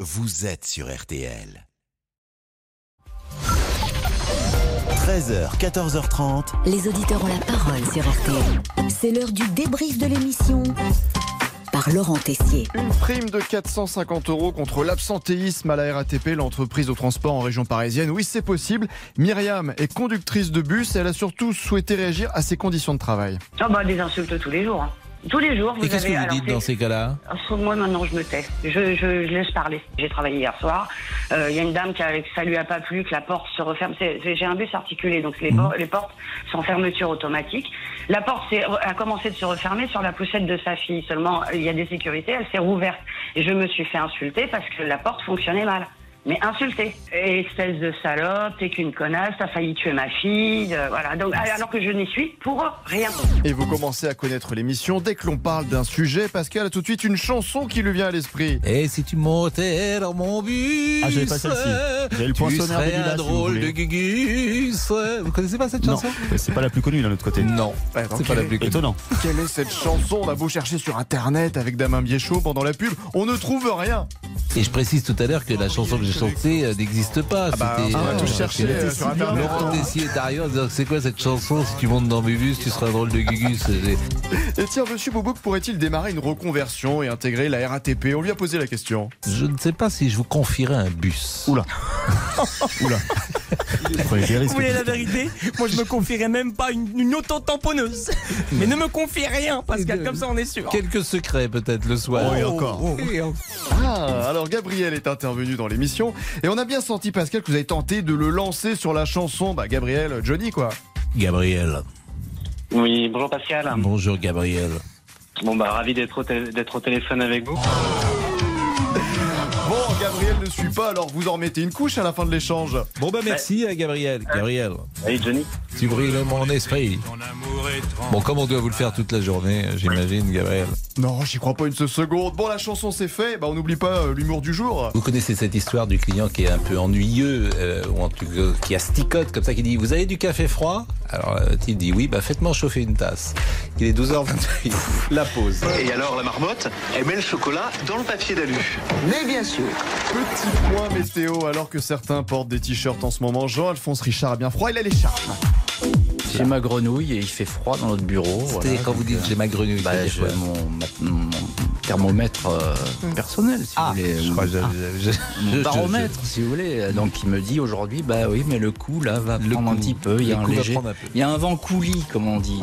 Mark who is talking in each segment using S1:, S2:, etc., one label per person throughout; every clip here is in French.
S1: vous êtes sur RTL. 13h, 14h30.
S2: Les auditeurs ont la parole sur RTL. C'est l'heure du débrief de l'émission par Laurent Tessier.
S3: Une prime de 450 euros contre l'absentéisme à la RATP, l'entreprise au transport en région parisienne. Oui, c'est possible. Myriam est conductrice de bus et elle a surtout souhaité réagir à ses conditions de travail.
S4: Ah bah, des insultes tous les jours. hein. Tous les jours, vous
S5: Et qu'est-ce
S4: avez-
S5: que vous
S4: alors,
S5: dites dans
S4: c'est-
S5: ces cas-là
S4: Sauf Moi, maintenant, je me tais. Je, je, je laisse parler. J'ai travaillé hier soir. Euh, Il y a une dame qui a, que ça lui a pas plu, que la porte se referme. C'est- c'est- J'ai un bus articulé, donc
S5: Mhm.
S4: les, por- les portes sont fermeture automatique. La porte s'est- a commencé de se refermer sur la poussette de sa fille. Seulement, il y a des sécurités, elle s'est rouverte. Et je me suis fait insulter parce que la porte fonctionnait mal. Mais insulter. Et Espèce de salope, t'es qu'une connasse, t'as failli tuer ma fille. euh, voilà.
S5: Ah,
S4: Donc, alors que je n'y suis pour rien.
S3: Et vous commencez à connaître l'émission dès que l'on parle d'un sujet. Pascal a tout de suite une chanson qui lui vient à l'esprit.
S5: Et si tu montais dans mon bus
S6: Ah, j'avais pas celle-ci. J'avais le
S5: Tu
S6: poinçonnaire
S5: serais
S6: Bellula,
S5: un
S6: si vous
S5: drôle de
S6: voulez.
S5: gugus. Vous connaissez pas cette
S6: Non,
S5: chanson
S6: c'est pas la plus connue d'un autre côté.
S5: Non,
S3: Ouais,
S5: c'est
S3: donc
S5: pas la
S3: elle
S5: plus connue.
S6: Étonnant.
S3: Quelle est cette chanson On a beau chercher sur internet avec Damien Biéchaud pendant la pub, on ne trouve rien.
S5: Et je précise tout à l'heure que la chanson que j'ai chantée euh, n'existe pas.
S6: Ah
S3: bah,
S5: C'était,
S3: on va
S5: euh,
S3: tout chercher,
S5: c'était
S3: euh, sur Internet.
S5: Laurent Tessier et Dario en disant, c'est quoi cette chanson Si tu montes dans mes bus, tu seras un drôle de gugus. Et-
S3: Et tiens, monsieur Boubouk pourrait-il démarrer une reconversion et intégrer la RATP On lui a posé la question.
S5: Je ne sais pas si je vous confierais un bus.
S6: Oula. Oula. Prenez des
S7: Vous
S6: risques.
S7: voulez la vérité Moi, je me confierais même pas une, une auto-tamponneuse. Mais ne me confie rien, Pascal, comme ça on est sûr.
S5: Quelques secrets peut-être le soir.
S6: Oh, et encore.
S5: Et encore.
S3: Ah, alors Gabriel est intervenu dans l'émission et on a bien senti, Pascal, que vous avez tenté de le lancer sur la chanson. Bah, Gabriel, Johnny, quoi.
S5: Gabriel.
S8: Oui, bonjour Pascal.
S5: Bonjour Gabriel.
S8: Bon bah ravi d'être au, tél- d'être au téléphone avec vous.
S3: Bon, Gabriel ne suit pas, alors vous en mettez une couche à la fin de l'échange.
S5: Bon bah merci à Gabriel. Gabriel,
S8: Hein Salut Johnny.
S5: tu brilles le mon esprit. Bon comme on doit vous le faire toute la journée, hein, j'imagine Gabriel.
S3: Non, j'y crois pas une seconde. Bon, la chanson c'est fait, bah on n'oublie pas euh, l'humour du jour.
S5: Vous connaissez cette histoire du client qui est un peu ennuyeux, euh, ou en tout cas qui asticote comme ça, qui dit Vous avez du café froid Alors le type dit Oui, bah faites-moi chauffer une tasse. Il est 12h28. La pause.
S9: Et alors la marmotte, elle met le chocolat dans le papier d'alu. Mais bien sûr.
S3: Petit point météo, alors que certains portent des t-shirts en ce moment, Jean-Alphonse Richard a bien froid, il a l'écharpe.
S10: J'ai ma grenouille et il fait froid dans notre bureau.
S5: C'était
S10: voilà.
S5: quand vous dites J'ai ma grenouille.
S10: Bah,
S5: c'est-à-dire
S10: j'ai
S5: quoi
S10: mon, ma- mon thermomètre euh, personnel, si
S5: Ah,
S10: vous voulez.
S5: je crois que je- je- je-
S10: Mon
S5: je-
S10: baromètre, si vous voulez. Donc, il me dit aujourd'hui, bah oui, mais le coup, là, va
S5: Le
S10: prendre un
S5: coup.
S10: petit peu. Il y a
S5: Le
S10: un
S5: coup va
S10: léger.
S5: prendre un peu.
S10: Il y a un vent coulis, comme on dit.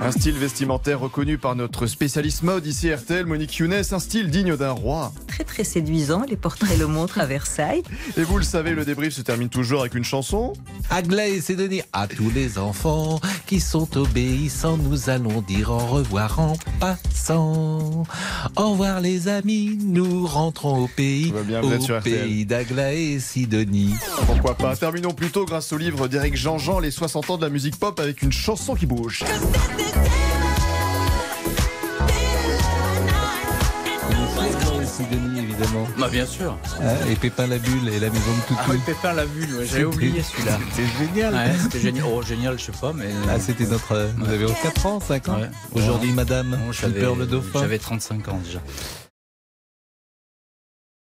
S3: Un style vestimentaire reconnu par notre spécialiste mode ici RTL, Monique Younes, un style digne d'un roi.
S11: Très très séduisant, les portraits le montrent à Versailles.
S3: Et vous le savez, le débrief se termine toujours avec une chanson.
S5: Aglaé et Sédonie, à tous les enfants qui sont obéissants, nous allons dire au revoir en passant. Au revoir les amis, nous rentrons au pays,
S3: Tout va bien, vous êtes sur
S5: au
S3: RTL.
S5: pays d'Aglaé et Sidonie.
S3: Pourquoi pas Terminons plutôt grâce au livre d'Éric Jean-Jean, Les 60 ans de la musique pop, avec une chanson qui bouge.
S5: Aglaé et Sidonie, évidemment.
S10: Bah, bien sûr.
S5: Hein, et Pépin la bulle et la maison de Toutou.
S10: Ah oui, Pépin l'a vu, ouais, j'avais oublié celui-là.
S5: C'était génial.
S10: Ouais, c'était génial. Oh, génial, je sais pas, mais.
S5: Ah, c'était notre. euh, Vous avez 4 ans, 5 ans.
S10: Ouais.
S5: Aujourd'hui, madame,
S10: Non,
S5: Flipper le dauphin.
S10: J'avais 35 ans déjà.